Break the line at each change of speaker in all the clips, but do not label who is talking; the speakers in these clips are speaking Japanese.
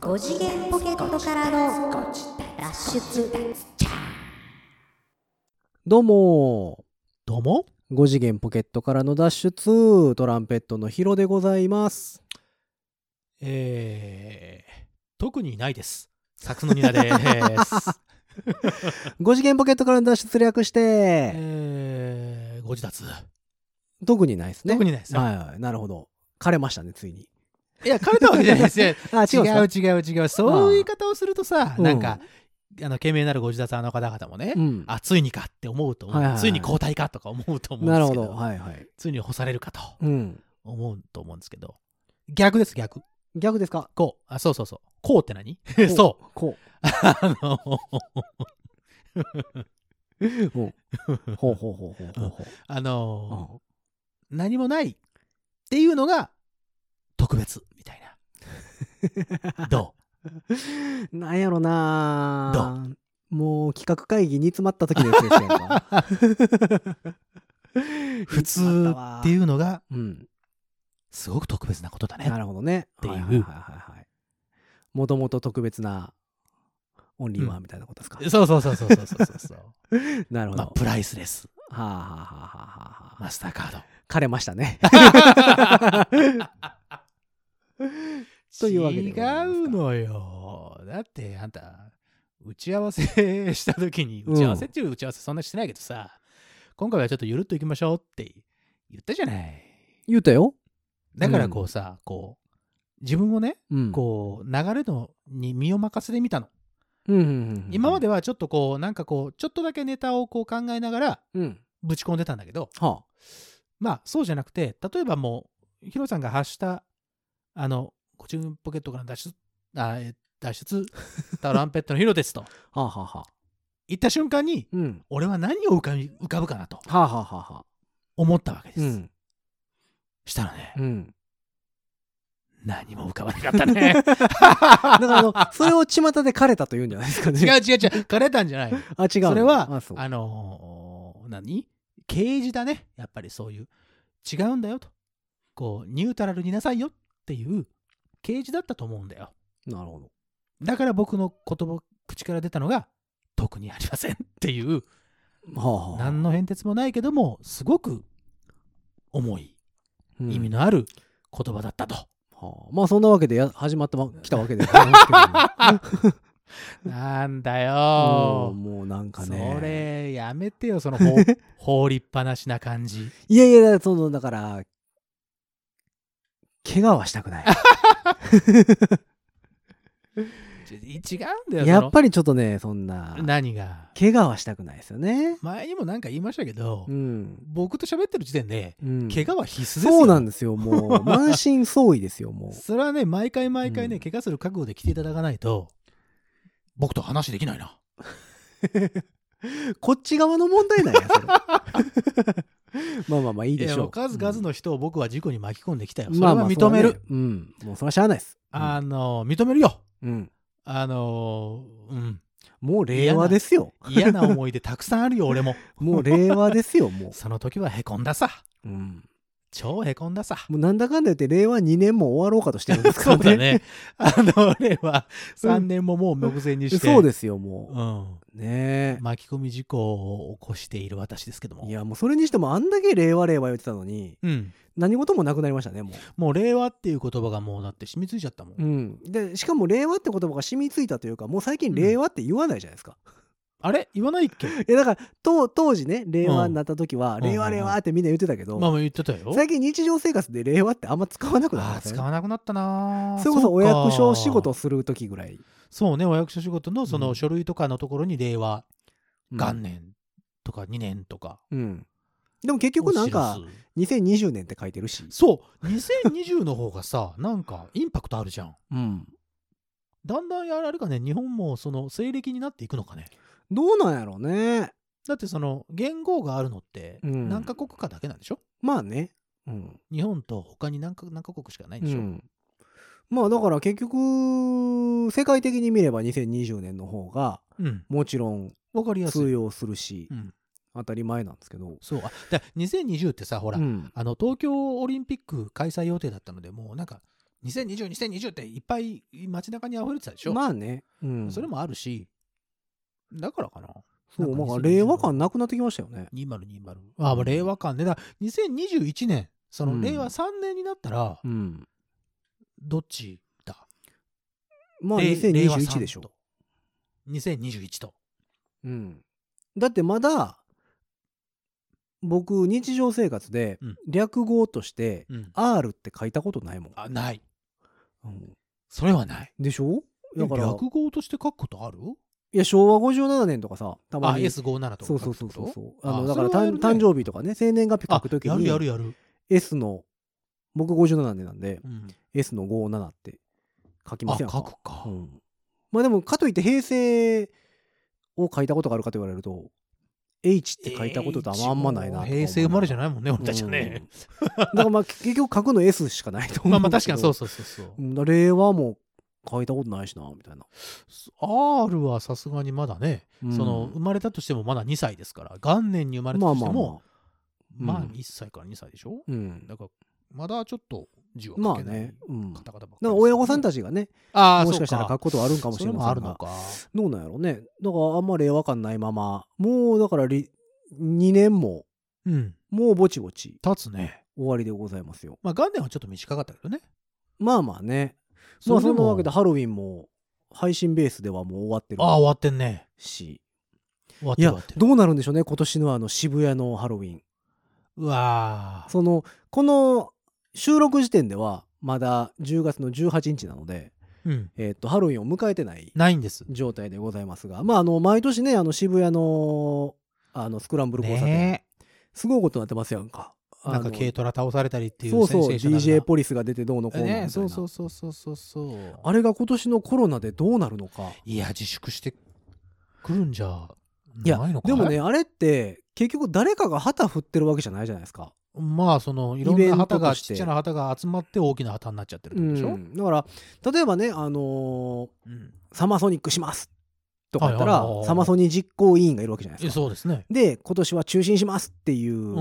5次元ポケットからの脱出
どうも
どうも
ー5次元ポケットからの脱出トランペットのヒロでございます
えー、特にないです。サックスのニ ナです。
5次元ポケットからの脱出略して
えー、ご自立。
特にないですね
特にないですよ
はいはいなるほど枯れましたねついに
いや、枯れたわけじゃないですよ。
あ
違
違う
う
違う
違う違う。そういう言い方をするとさ、
うん
なんか、あの、懸命なるご自立あの方々もね、
うん
あ、ついにかって思うと思う。
はいはいはい
ついに交代かとか思うと思うんで
なる
す
ほ
けど、
どはいはい
ついに干されるかと
うん
思うと思うんですけど、逆です、逆。
逆ですか
こう。あ、そうそうそう。こうって何 そう
こう
う。あの、
うんほうほうほうほうほうほ
あの
う、うん
何もないっていうのが特別みたい な。ど
なんやろなーもう企画会議煮詰まった時のやつでしたやんか
う 普通っていうのが
うん
すごく特別なことだね
な。るほどね
ていう
はいはいはいはいはいもともと特別なオンリーワンみたいなことですか、
そうそうそうそうそうそうそう。
なるほど、
まあプライスレス
はあはあはあはあはあ
マスターカード。
枯れましたね というわけでご
違
ざいますか
うのよ。だってあんた打ち合わせした時に打ち合わせっていう打ち合わせそんなしてないけどさ、今回はちょっとゆるっといきましょうって言ったじゃない。
言うたよ
だからこうさ、こう自分をね
うん
こう流れのに身を任せてみたの、
うんうんうんうん
今まではちょっとこうなんかこうちょっとだけネタをこう考えながら
うん
ぶち込んでたんだけど
は
まあそうじゃなくて例えばもうヒロさんが発したあの「ごちゅポケットからの脱出」あえ脱出トランペットのヒロです と
あはあはあはあ
言った瞬間に
うん
俺は何を浮かび浮かぶかなと
はあはあはあはあ
思ったわけです、
うん
したらね
うん
何も浮かばなかっ たね
だからあの それを巷で枯れたというんじゃないですかね
違う違う違う枯れたんじゃな い
あ違うの
それは
あ
あ
そう
のー何刑事だねやっぱりそういう違うんだよとこうニュートラルになさいよっていう刑事だったと思うんだよ
なるほど
だから僕の言葉口から出たのが特にありませんっていう
はあはあ
何の変哲もないけどもすごく重い
うん
意味のある言葉だったと、
はあまあそんなわけでや始まってま来たわけでございますけども
なんだ
う
よ
んもうなんか
そ
ね
れやめてよその ほう放りっぱなしな感じ
いやいや、その、だから、怪我はしたくない。
ちょ違うんだよ
や
その
っぱりちょっとね、そんな、
何が
怪我はしたくないですよね。
前にも何か言いましたけど、
うん。
僕と喋ってる時点で
うん、
怪我は必須ですよ、
そうなんですよ、 もう。満身創痍ですよ、も
それはね毎回毎回
う
ね、
ん
怪我する覚悟で来ていただかないと僕と話できないな
う。こっち側の問題なんや、そ れ。まあまあまあ、いい
い
で
や
しょう。
数々の人を僕は事故に巻き込んできたよ、
うん、
それ
まあ
は
まあ
認める、
それはねうん。もうそれはしゃあないです。うん
あの認めるよ
うん。
あのうん
もう令和ですよ。
嫌な思い出たくさんあ るよ俺も
もう令和ですよ、 も
その時はへこんださ
う。うん。
超へこんださ
もうなんだかんだ言って、令和2年も終わろうかとしてるんですか
そ
ら
うだ。ね あの俺は3年ももう目前にして、
そうですよ、もう。
うん
ね
巻き込み事故を起こしている私ですけども
えいやもうそれにしてもあんだけ令和令和言ってたのに
うん、
何事もなくなりましたねも
もう令和っていう言葉がもうだって染みついちゃったもん、
う、うん、でしかも令和って言葉が染みついたというかもう最近令和って言わないじゃないですか、
あれ言わないっ け
えだからと当時ね令和になった時は、
ん
令和
うんうん
令
うん
和ってみんな言ってたけど、
まあ言ってたよ
最近日常生活で令和ってあんま使わなくなり
あ
ま
あ
した
使
ね
わなくなったなー
それこそお役所
っか
仕事をする時ぐらい、
そうねお役所仕事のそうの
ん
書類とかのところに令和
うん
元年とか2年とか、
うんでも結局なんか
お知らせ
2020年って書いてるし、
そう2020の方がさなんかインパクトあるじゃん
うん、
だんだんあれかね日本もその西暦になっていくのかね
どうなんやろうね
だってその元号があるのって
うん
何カ国かだけなんでしょ、
まあねうん
日本と他に何か何カ国しかないんでしょ、
うん、まあだから結局世界的に見れば2020年の方が
うん。
もちろん
わかりやす
通
い。
用するし
うん。
当たり前なんですけど、
そう。あ、だ2020ってさ、ほら、
うん
あの、東京オリンピック開催予定だったので、もうなんか、 2020、2020っていっぱい街中に溢れてたでしょ、
まあね。うん。
それもあるし、だからかな。
そう、ま
な
あ、
んか
令和感なくなってきましたよね。
2020。あ、まあ、令和間で、だから2021年、その
うん
令和3年になったら
う、ん。
どっちだ、
まあ、
れい令和
2021
3
でしょ。
と。2021と。
うん。だってまだ、僕、日常生活で
うん、
略語として、
うん。
R って書いたことないもん。
あ、ない。
うん
それはない。
でしょだから、い
略語として書くことある
や、昭和57年とかさ、たま
あ、
に。
S57 とか書
そう
く
そうそう
ってこ
そ
と
うそう。あの、
あ
だから
それはや
誕、
るね
誕生日とかね、生年月日書
あ
くとき
やるやる
に、
やる。
S の、僕57年なんで
う、ん
S の57って書きま
あ、
せん
書くか
う。ん、まあでもかといって平成を書いたことがあるかと言われると H って書いたことってあんまないなとか思う
平成生まれじゃ
ない
ないもんね、俺たちはね。
だからまあ 結局書くの S しかないと思う
まあまあ確かにそう
そ
そうそうそう。
うんだから令和も書いたことないしなみたいな、
R はさすがにまだね、
うん
その生まれたとしてもまだ2歳ですから、元年に生まれた
まあ
とし
ま
て
あま
も、
あ
まあ
うん
1歳から2歳でしょ
うん
だから、まだちょっと字は書
まあ
けない
ねうんだ
方
か
々ばっかりですよ
ら
ね。
親御さんた
ち、
ちがね
ああ、
もしかしたら書
そう
くことはあるんかもし
そ
れ
れ
ま
も
せ
あ
ん
る
が
のか。
どうなんやろうねだからあんま令和感ないままもうだからり2年も
うん、
もうぼちぼち
立つね。
終わりでございますよ
まあ元年はちょっと短かったけどね。
まあまあね
れ
まあ
で
そんな
も
わけでハロウィンも配信ベースではもう終わってる
ああ、終わってんね。
し
終わっ
い
てる
や
終わってる。
どうなるんでしょうね今年のあの渋谷のハロウィン
うわー
そのこの収録時点ではまだ10月の18日なので、
うん。
えっとハロウィンを迎えてない
ないんです。
状態でございますがまああの毎年ねあの渋谷のあのスクランブル交差点、
ね
すごいことになってますやんか
え。なんか軽
っ
トラ倒されたりっていう
そうそう
センセーショナルな
DJ ポリスが出てどうのこうのみたい
ね
な、
えそうそうそうそうそうそう
あれが今年のコロナでどうなるのか
いや自粛してくるんじゃ
いや
ないのか
で
な
もねあれって結局誰かが旗振ってるわけじゃないじゃないですか。
まあそのいろ
イ
ん
ベン
な
ト
旗
と
が
して
ちっちゃな旗が集まって大きな旗になっちゃってるってことでしょ、
うんだから例えばね、あの
うん
ーサマソニックしますとか言ったら
はいはいはい
サマソニ実行委員がいるわけじゃない
え
ですか。
そうですね、
で今年は中止にしますっていう
うん、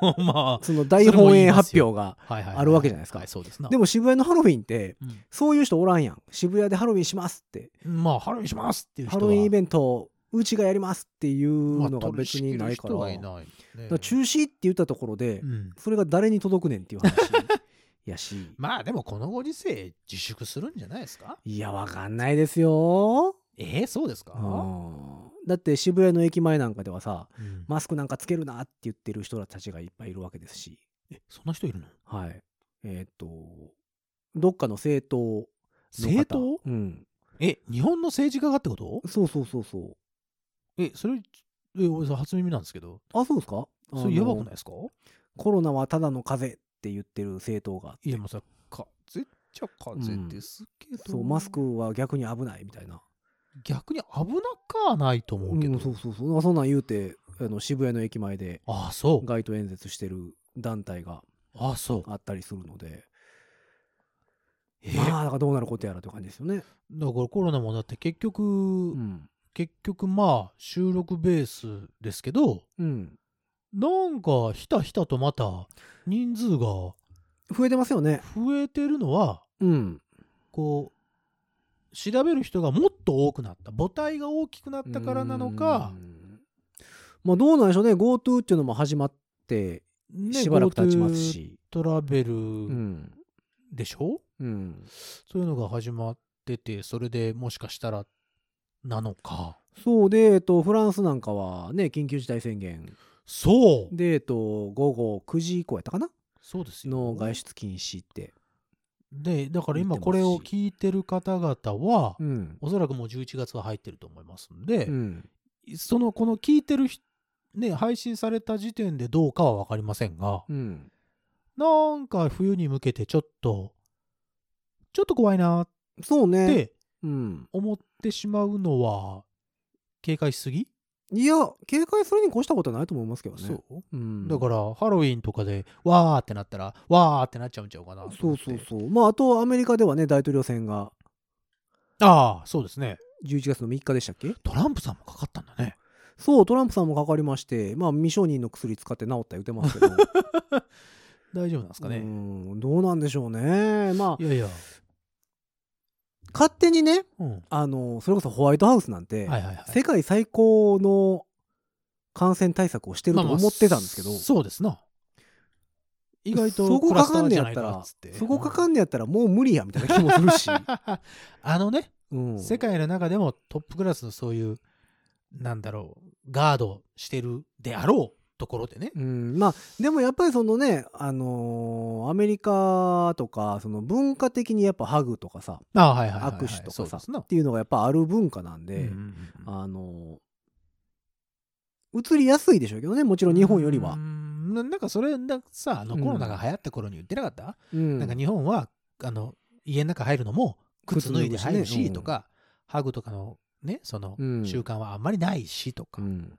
まあ
その大本営発表が。
はいはいはい、
あるわけじゃないですか
はいそうですな
でも渋谷のハロウィンって
うん
そういう人おらんやん渋谷でハロウィンしますって
まあハロウィンしますっていう人
ハ
は
ロウィンイベントうちがやりますっていうのが別にないから,、
まあ取り仕切る人はいないね
だから中止って言ったところで、
うん
それが誰に届くねんっていう話 やし
まあでもこのご時世自粛するんじゃないですか
いやわかんないですよ
えー、そうですか、
うんだって渋谷の駅前なんかではさ
うん
マスクなんかつけるなって言ってる人たちがいっぱいいるわけですし
えそんな人いるの
はいえーっとどっかの政党の方
政党
うん
え日本の政治家がってこと
そうそうそうそう
えそれえ俺さ初耳なんですけど
あそうですか
それやばくない
い
ですか
コロナはただの風邪って言ってる政党があって
いやもうさ風邪っちゃ風邪ですけど、
そうマスクは逆に危ないみたいな
逆に危なかはないと思うけど、
うんそうそうそうそんなん言うてあの渋谷の駅前で
ああそう
街頭演説してる団体が
ああそう
あったりするので、
え
まあだからどうなることやらという感じですよね。
だからコロナもだって結局、
うん。
結局まあ収録ベースですけど
うん。
なんかひたひたとまた人数が
増えてますよね。
増えてるのは
うん。
こう調べる人がもっと多くなった母体が大きくなったからなのか
う、ん。まあどうなんでしょうね。GoTo っていうのも始まって
ね
しばらく経ちますし。
トラベル
うん。
でしょ、
うん。
そういうのが始まっててそれでもしかしたらなのか
そうで、えっと、フランスなんかはね、緊急事態宣言。
そう
で、えっと、午後9時以降やったかな
そうですよ
の外出禁止って。
でだから
言ってま
今
すし
これを聞いてる方々は、
うん。
おそらくもう11月は入ってると思いますんで
う、ん。
そのこの聞いてる人ね、配信された時点でどうかは分かりませんが、
うん。
なんか冬に向けてちょっと、ちょっと怖いなっ
そうね。
て
うん。
思ってしまうのは、警戒しすぎ、
いや、警戒するに越したことはないと思いますけどね。
そう
うん。
だからハロウィンとかで、わーってなったら、わーってなっちゃうんちゃうかなと
そ
思っ
う
て。
そうそう。まあ、あとアメリカではね、大統領選が
ああ、そうですね。
11月の3日でしたっけ
トランプさんもかかったんだね。
そう、トランプさんもかかりまして、まあ、未承認の薬使って治った言うてますけど、
大丈夫なんですか
う
ね。
んどうなんでしょうねまあ
いやいや。
勝手にね
うん。
あのそれこそホワイトハウスなんて、
はいはいはい。
世界最高の感染対策をしてると
まあまあ
思ってたんですけど、
そうですな。意外と
そこ
クラ
か
スタ
かん
ー
ね
じ
や
ゃな
っ
い
た
かっ
ら
つって。
そこかかんねやったらもう無理やみたいな気もするし、
あのね、
うん、
世界の中でもトップクラスのそういう、なんだろう、ガードしてるであろうところでね。
うん、まあでもやっぱりそのねあのーアメリカとかその文化的にやっぱハグとかさ
ああはいはいはい、はい。
握手と
そ
か
う
さ
ですな
っ。ていうのがやっぱある文化なんで、
うんうんうん
あのー移りやすいでしょうけどねもちろん日本より
う
は
ー、んななんかそれなんかさあの
うん
コロナが流行った頃に言ってなかった、
うん
なんか日本はあの家の中入るのも靴脱いで入
靴脱
る
ぐし
し
ね
とか、ハグとかのねその
うん
習慣はあんまりないしとか、
うん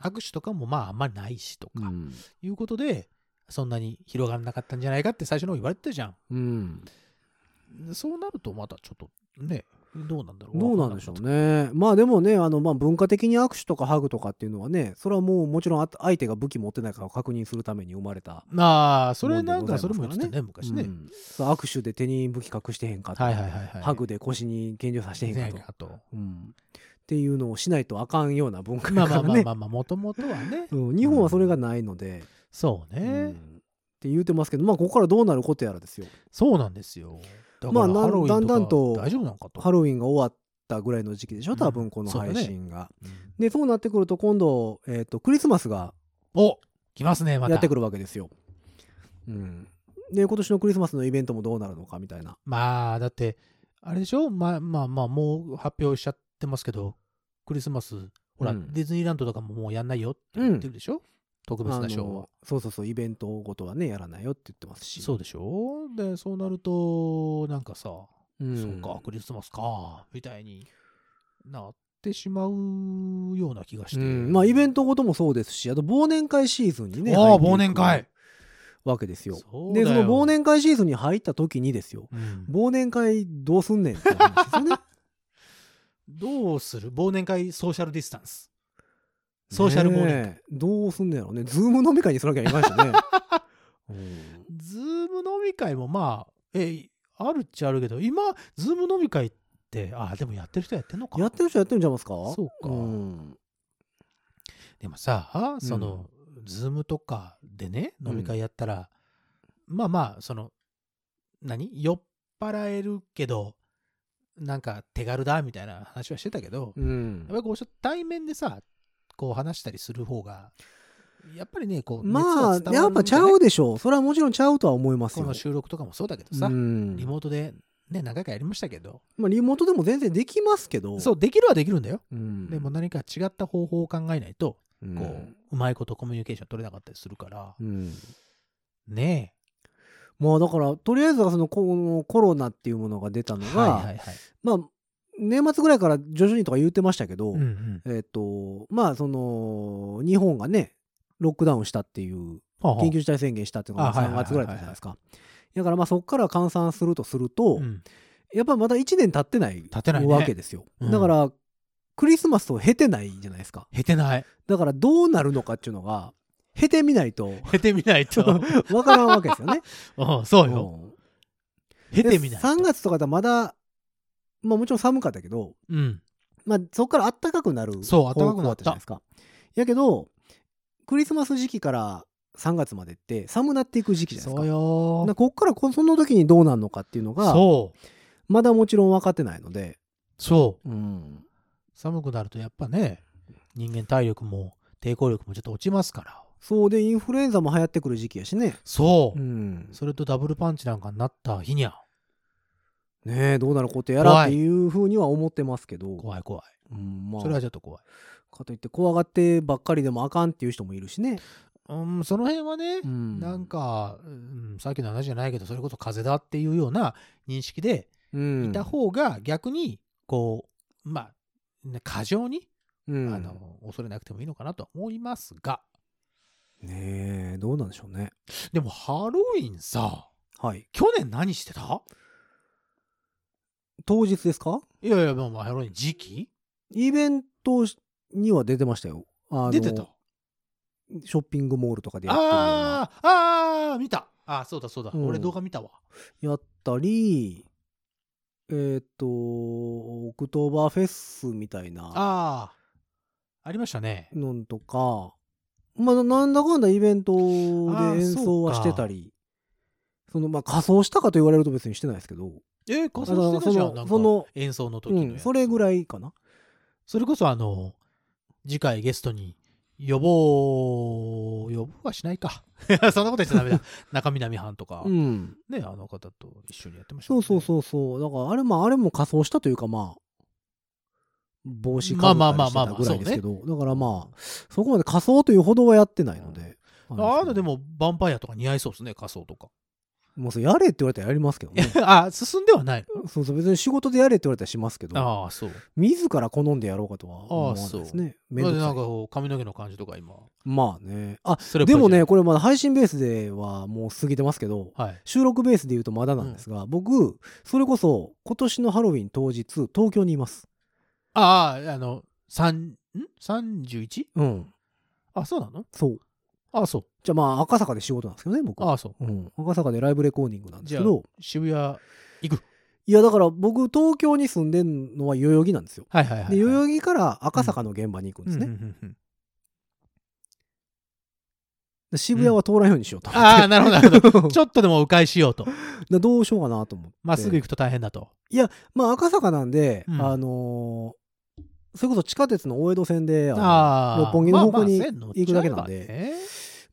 握手とかもまああんまりないしと
う
か、
ん
いうことでそんなに広がらなかったんじゃないかって最初の方言われてたじゃ
うん
んそうなるとまたちょっとねどうなんだろう
どうなんでしょうね。まあでもね、あのまあ文化的に握手とかハグとかっていうのはね、それはもうもちろんあ相手が武器持ってないかを確認するために生まれた。
ああそれ
もんで
なん
ござい
か
ます
そ
か
れ
らね
も言ってたね昔ね、
うんそう握手で手に武器隠してへんかとか
はいはいはいはい
ハグで腰に拳銃させてへん
ね
か
え
と
かと
うんっていうのをしないとあかんような文化
ま
だか
あ ま
ら
あまあ
ね
ま。あまあもともとはね
うん日本はそれがないので、
そうね、
うんって言うてますけど、まあここからどうなることやらですよ。
そうなんですよだ
まあ
から
なん
ハロウィンと
だ
か
んだんと
大丈夫なんかと
ハロウィンが終わったぐらいの時期でしょ、多分この
うんそうだ
配
ね
信が。
うん
で、そうなってくると今度、えっ、と、クリスマスが
お来ますねまた
やってくるわけですよ。うん、で今年のクリスマスのイベントもどうなるのかみたいな。
まあだってあれでしょまあまあまあもう発表しちゃってますけどクリスマスほら、
うん
ディズニーランドとかももうやんないよって言ってるでしょ、特別なショー
あ
は
のそうそうそうイベントごとはねやらないよって言ってますし。
そうでしょでそうなるとなんかさ、
うん
そうかクリスマスかみたいになってしまうような気がして、
うんまあイベ
ン
ントごともそうですしあと忘年会シーズンにね
あ
入っ
あ
ていく
忘年会
わけですよ。
そう
で
だよ
その忘年会シーズンに入った時にですよ
うん
忘年会どうすんねんって話ですよね。
どうする忘年会ソーシャルディスタンス。 ソーシャル忘年会。
ねえどうすんねんやろうね。ズーム飲み会にするわけはいました ね。うん
ズーム飲み会もまあ、え、あるっちゃあるけど、今、ズーム飲み会って、あ、でもやってる人やってんのか。
やってる人やってるんじゃいますか
そうか
ん
でもさ、その、ズームとかでね、飲み会やったら、まあまあ、その、何酔っ払えるけど、なんか手軽だみたいな話はしてたけど、
うん
やっぱりこうちょっと対面でさ、こう話したりする方が、やっぱりね、こう、
まあ
熱が伝わるんじゃ
や
な
っ
い
ぱちゃうでしょうそれはもちろんちゃうとは思います
こ
よ
の収録とかもそうだけどさ、
うん
リモートでね、何回かやりましたけど、
まあ、リモートでも全然できますけど
そう、できるはできるんだよ。
うん、
でも何か違った方法を考えないと、
うん
こう、うまいことコミュニケーション取れなかったりするから、
うん
ね
まあだからとりあえずはそのこのコロナっていうものが出た
え。
のが、
はいはいはい。
まあ年末ぐらいから徐々にとか言ってましたけど、
うんうん
えっ、とまあその日本がねロックダウンしたっていう
はあはあ
緊急事態宣言したっていうのが
あはい
3
はいはいはい
月ぐらいだったじゃないですかだからまあそこから換算するとすると、
うん
やっぱまだ1年経ってない
経ってないね
わけですよ、
うん
だからクリスマスを経てないじゃないですか
減ってない。
だからどうなるのかっていうのが経てみないと
減ってみないと。
わからんわけですよね。
うん、 そうよ。
うん
減って
で
みないと。
3月とかだとまだ、まあ、もちろん寒かったけど、
うん。
まあ、そこから暖かくなる
そう
方向
暖かくなった
じゃないですか。やけどクリスマス時期から3月までって寒なっていく時期じゃない
そ
です
う
か。
よ
な。こっからこその時にどうなるのかっていうのが
そう。
まだもちろん分かってないので、
そう。
うん、
寒くなるとやっぱね、人間体力も抵抗力もちょっと落ちますから。
そうでインフルエンザも流行ってくる時期やしね。
そう。
うん、
それとダブルパンチなんかになった日にゃ、
ねえどうなることやらっ
怖い
ていうふうには思ってますけど、
怖い怖い。
うんまあ
それはちょっと怖い。
かといって怖がってばっかりでもあかんっていう人もいるしね、
うん、その辺はね、
ん
なん、か、うん、さっきの話じゃないけどそれこそ風邪だっていうような認識で
うん、
いた方が逆にこう、まあね過剰に、
うん
あの恐れなくてもいいのかなとは思いますが
ねえどうなんでしょうね
でもハロウィンさ
はい
去年何してた
当日ですか
いやいやまあまあハロウィン時期
イベントには出てましたよあの
出てた
ショッピングモールとかでやってるような
あーあー見たあ、そうだそうだ。
うん
俺動画見たわ。
やったり、えっ、と、オクトーバーフェスみたいな
ああ。ありましたね。
のんとか、まあ、なんだかんだイベントで
あー
演奏は
そう
し
か
てたり、その、まあ、仮装したかと言われると別にしてないですけど、
えー、仮装してたじゃん。なんか
その
演奏の時
う
のや
ん、
つ、
それぐらいかな。
それこそあの、次回ゲストに呼ぼう、呼ぶはしないか。そんなこと言っちゃダメだ。中南藩とか、
うん。
ね、あの方と一緒にやってました
そ
もん
う
ね、
そうそうそう。だから、あれも、あれも仮装したというか、まあ、帽子
ま
か
あ
ぶっ
まあ
たり
まあ
して
まあ
たぐらいですけど、だからまあ、そこまで仮装というほどはやってないので。
ああなたで
も。
もヴァンパイアとか似合いそうですね、仮装とか。
もうそれやれって言われたらやりますけど ね。
あ進んではない。
そうそう、別に仕事でやれって言われたらしますけど、
ああ、そう。
自ら好んでやろうかとは思わないですね。めんどく
な
さ
んか
い。
こう髪の毛の感じとか今。
まあね。あ、
それっぽい
でも
じゃ
ね、
ん、
これまだ配信ベースではもう過ぎてますけど、
はい。
収録ベースで言うとまだなんですが、僕、それこそ今年のハロウィン当日、東京にいます。
ああ、あの、三ん ?31?
うん。
あ、そうなの
そう。
ああ、そう。
じゃあまあ赤坂で仕事なんですけどね僕
ああ、そう。
うん、赤坂でライブレコーディングなんです
じ
け
ゃあ
ど、
渋谷行く。
いやだから僕東京に住んでんのは代々木なんですよ
はいはいはい、はい。
で代々木から赤坂の現場に行くんですね、
うんうんうんうん
で渋谷は通らんようにしようと思
ああ、
っ
なるほど、なるほど。
て、
ちょっとでも迂回しようと。
でどうしよう かなと思って
まっすぐ行くと大変だと。
まあ赤坂なんで、
うん
あのーそれこそ地下鉄の大江戸線であの
ああ。
六本木の方向に
まあまあ線乗っちゃえば
行くだけなんで
ね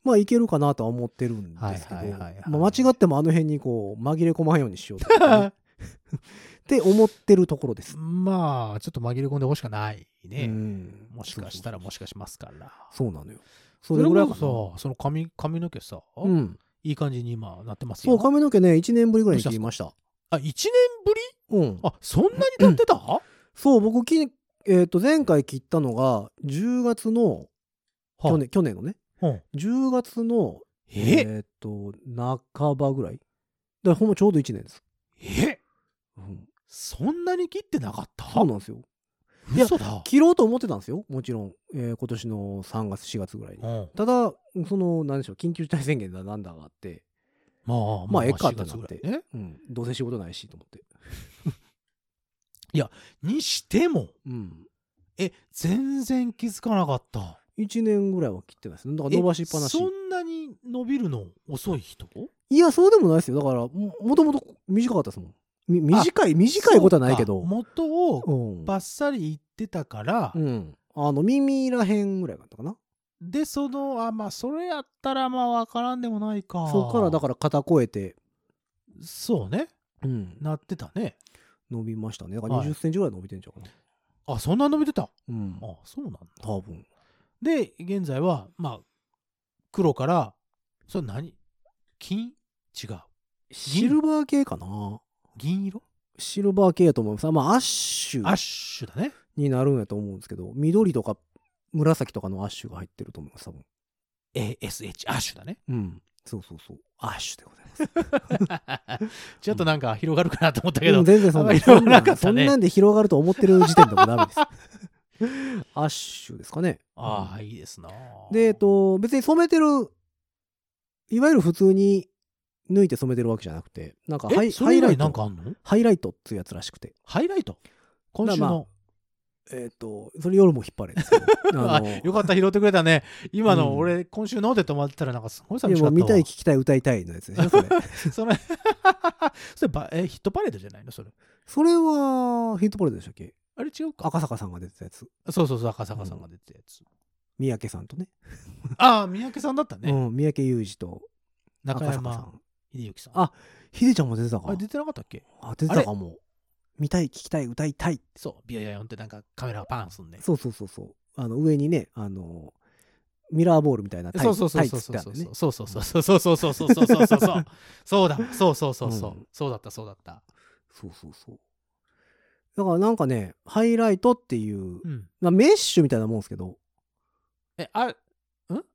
まあ行けるかなとは思ってるんですけど、
はいはいはいはい
まあ、間違ってもあの辺にこう紛れ込まんようにし ようとかねって思ってるところです、
まあ、ちょっと紛れ込んでほしくないね。
ん
もしかしたらもしかしますから。
そうなのよ。
そ
それ
れぐ
ぐ
ら
ら
い
い
さ、
か
その髪髪の毛さ、
な。うん。
いい感じに今なってます
そ
よ。
う、髪の毛ね、1年ぶりぐらいに切りました。
あ、1年ぶり
うん。
あ、そんなに経ってた、は
そう、僕き、えっと、前回切ったのが、10月の、
あ
去年、去年のね、
うん
10月の、
え
っと、半ばぐらい。だからほんまちょうど1年です。
え
うん
そんなに切ってなかった
そうなんですよ。いや
嘘だ。
切ろうと思ってたんですよ。もちろん、えー今年の3月、4月ぐらいに。
うん
ただ、その、なんでしょう、緊急事態宣言だなんだがあって、
まあ、
まあええかってなって
4月ぐらいね
うん、どうせ仕事ないしと思って。
にしても、
うん。
え、全然気づかなかった。
1年ぐらいは切ってないですねだから伸ばしっぱなし
えそんなに伸びるの遅い人
いやそうでもないですよだからももともと短かったですもんみ短い短いことはないけ
そ
ど
うか元を
うん、
バッサリ言ってたから、
うん、あの耳らへんぐらいだったかな
でそのあまあそれやったらまあわからんでもないか
そっからだ
か
から肩越えて、
らそうね
うん、
なってたね
伸びましたねだから2 0センチぐらい伸びてんちゃうかな、
あそんな伸びてた
うん
あそうなんだ
多分
で現在はまあ黒からそれ何金違う
シルバー系かな
銀色
シルバー系やと思いますあまあアッシ
アッ
ュ
シュだね
になるんやと思うんですけど緑とか紫とかのアッシュが入ってると思います多分
ASH アッシュだ ね
うんそうそうそうアッシュでございます
ちょっとなんか広がるかなと思ったけ
う
ど
ん、全然そん
あんま
な
り
そん
な
な
かった
そん
ね
なんで広がると思ってる時点でもダ メです。アッシュですかね。
ああいいですな
で、えっと、別に染めてる、いわゆる普通に抜いて染めてるわけじゃなくて、なんかハ
え
イ
それ以
ハイライ
外
ト
なんかあんの
ハイライトっていうやつらしくて、
ハイライト今週の、
えっと、それ夜も引っ張れですけど
あ
あの
よかった拾ってくれたね今
う
の
ん
俺、今週ので止まってたらなんかすごい
い
寂
や
し
もう
かった
見
わ
たい聞きたい歌いたいのやつですね それ
それそればえヒットパレードじゃないのそれ
それはヒットポレードでしたっけ
あれ違うか
赤坂さんが出てたやつ
そうそうそう赤坂さんが出てたやつ、
三宅さんとね
ああ三宅さんだったね、
うん、三宅裕二と
中
赤坂さ
山
ん
秀幸さん
あヒデちゃんも出てたか
あれ出てなかったっけ
あ、出てたかも。見たい、聞きたい、歌いたい。
そうビヨヨヨンってなんかカメラがパンすんね
そうそうそうそう。あの、上にね、あの、ミラーボールみたいなタイ
そうそうそう
タ
そう
イツ
そ
っ
う
てあるね。
そうそうそうそうそうそうそうそうそうそうそうそうだそうそうそうそう、
うん
そうだったそうだった
そうそうそう。だからなんかね、ハイライトっていう、
うん
まあメッシュみたいなもんですけど、
えあん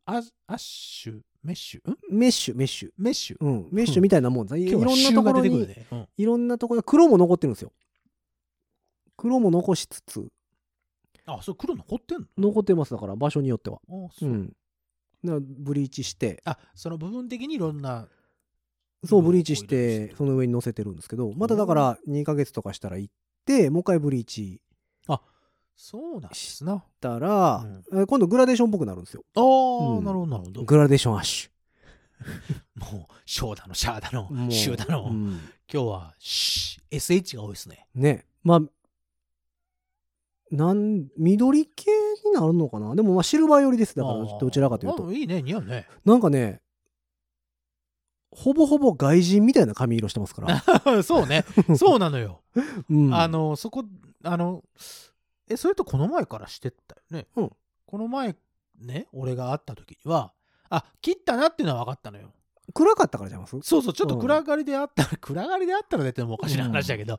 あアッシュメッシュん
メッシュ、メッシュ。
メッシュ
うん、メッシュみたいなもんです。いい
今
ろん
日は
な
シュ
と
が
こ
出
ろ
てくる
に、
ね、うん
いろんなところに、黒も残ってるんですよ。黒も残しつつ、
あ、そう、黒残ってん
残ってますだから、場所によっては。
のあ、そうう。
ん。だからブリーチして、
あ、その部分的にいろんな
そう
うん
ブリーチし
オイルにしてて
その上に乗せてるんですけどまただから2ヶ月とかしたら行ってもう一回ブリーチ
そうなんですな。
したら、え今度グラデーションっぽくなるんですよ
ああ、
うん
なるほど、なるほど。
グラデーションアッシ
もう、ショーだの、シャーだ
ュも
の、
う
シューだの、
うん
今日は、シ SH が多いですね。
ねまあなん緑系になるのかなでもまあシルバー寄りですだから
あー
どちらかという
あ
と
いいね、似合 うね。
なんかねほぼほぼ外人みたいな髪色してますから、
そうね、そうなのよ。
うん、
あの、そこ、あの、え、それとこの前からしてったよね。
うん
この前、ね、俺が会った時には、あ、切ったなっていうのは分かったのよ。
暗かったからじゃいます
そうそう、ちょっと
うん
暗がりであったら、暗がりであったら出てもおかしな話だけど、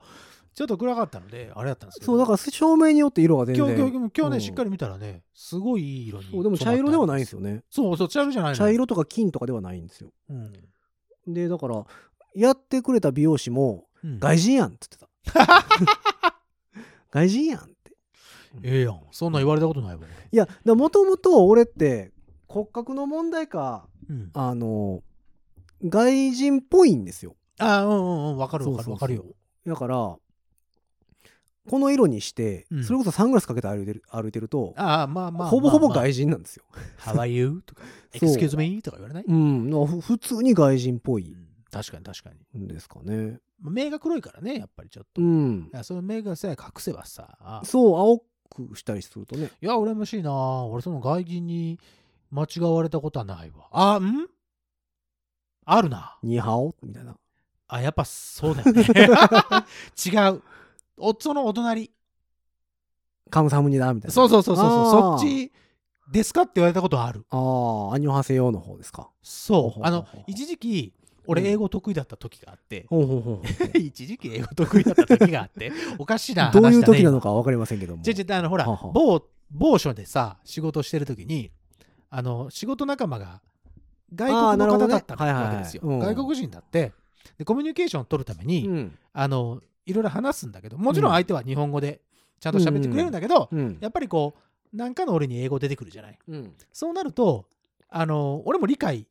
ちょっと暗かったので、あれだったんですけど。
そうだから照明によって色が全
今
然
日、今日、今日今日
う
ね、
ん
しっかり見たらね、すごいいい色に。
そうでも茶色ではないんです
よ。
よね
そうそう、茶色じゃないの。
茶。色とか金とかではないんですよ
うん。
でだからやってくれた美容師も
う
「
ん
外人やん」っつってた外人やんって
ええやん。そんなん言われたことないわ。俺
いやもともと俺って骨格の問題か
うん、
あの外人っぽいんですよ
あ、うんうんうん、わかるわかる
そうそうそう
わかるよ。
だからこの色にして、
うん
それこそサングラスかけて歩いてる歩いてると、
ああ、まあまあ。
ほぼほぼ
まあまあ
外人なんですよ、
How are you? とか、
そう
Excuse me? とか言われない、
うんのふ普通に外人っぽい
確かに確かに。
んですかね
目が黒いからね、やっぱりちょっと。
う
い
ん
やその目がさえ隠せばさ、
そう青くしたりするとね
いや、羨ましいな。俺、その外人に間違われたことはないわ。あ、んあるな。
ニーハオみたいな
あ、やっぱそうだよ ね。違う。おそのお隣。
カムサムニだみたいな
そうそうそうそうそう。そ
あー
っちですかって言われたことある。
ああアニョハセヨの方ですかほう
そ
ほうほ
う。
う
あの、一時期、
うん
俺、英語得意だった時があって。
ほうほう ほう
一時期英語得意だった時があって、おかしな話だ
ど
ね。
ういう時なのかは分かりませんけども
じゃじゃあのほら
はは
某某所でさ仕事してる時にあの仕事仲間が
あー
外国
なるほ
の
ど
方
ね
だった
はいはいはい
わけですよ、
うん
外国人だってでコミュニケーションを取るために、
うん
あのいろいろ話すんだけどもちろん
うん
相手は日本語でちゃんと喋ってくれるんだけど、
うん
やっぱりこう何かの俺に英語出てくるじゃない
うん
そうなるとあの俺も理解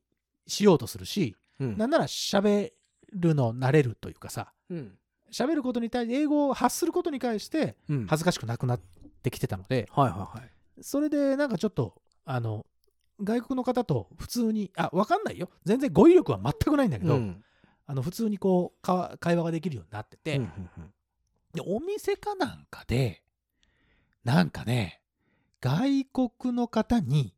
しようとする
うん
し、なんなら喋るの慣れるというかさ
うん
喋ることに対して英語を発することに関して
うんはい
恥ずかしくなくなってきてたので、
はいはい
それでなんかちょっとあの外国の方と普通にあわかんないよ全然語彙力は全くないんだけど、
うん
あの普通にこうかわ会話ができるようになってて、
うんうんうん
でお店かなんかでなんかね外国の方に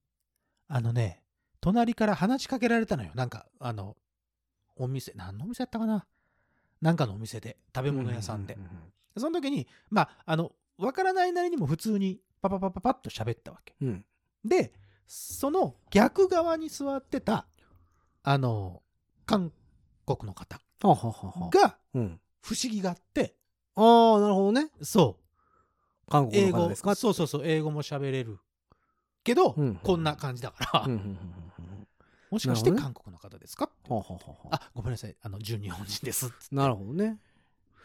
あのね隣から話しかけられたのよなんかあのお店何のお店やったかななんかのお店で食べ物屋さんで、
ううん
その時にまああのわからないなりにも普通にパパパパパッと喋ったわけ
うんうん
でその逆側に座ってたあの韓国の方
はははは
が
うん
不思議があって
ああなるほどね
そう
韓国
英
の方
語
ですか
そうそうそう英語も喋れるけど、
うん
こんな感じだから、
うんうんうんうんうん
もしかして
なるほど
韓国の方ですか、
はははは
あごめんなさいあの純日本人です
なるほどね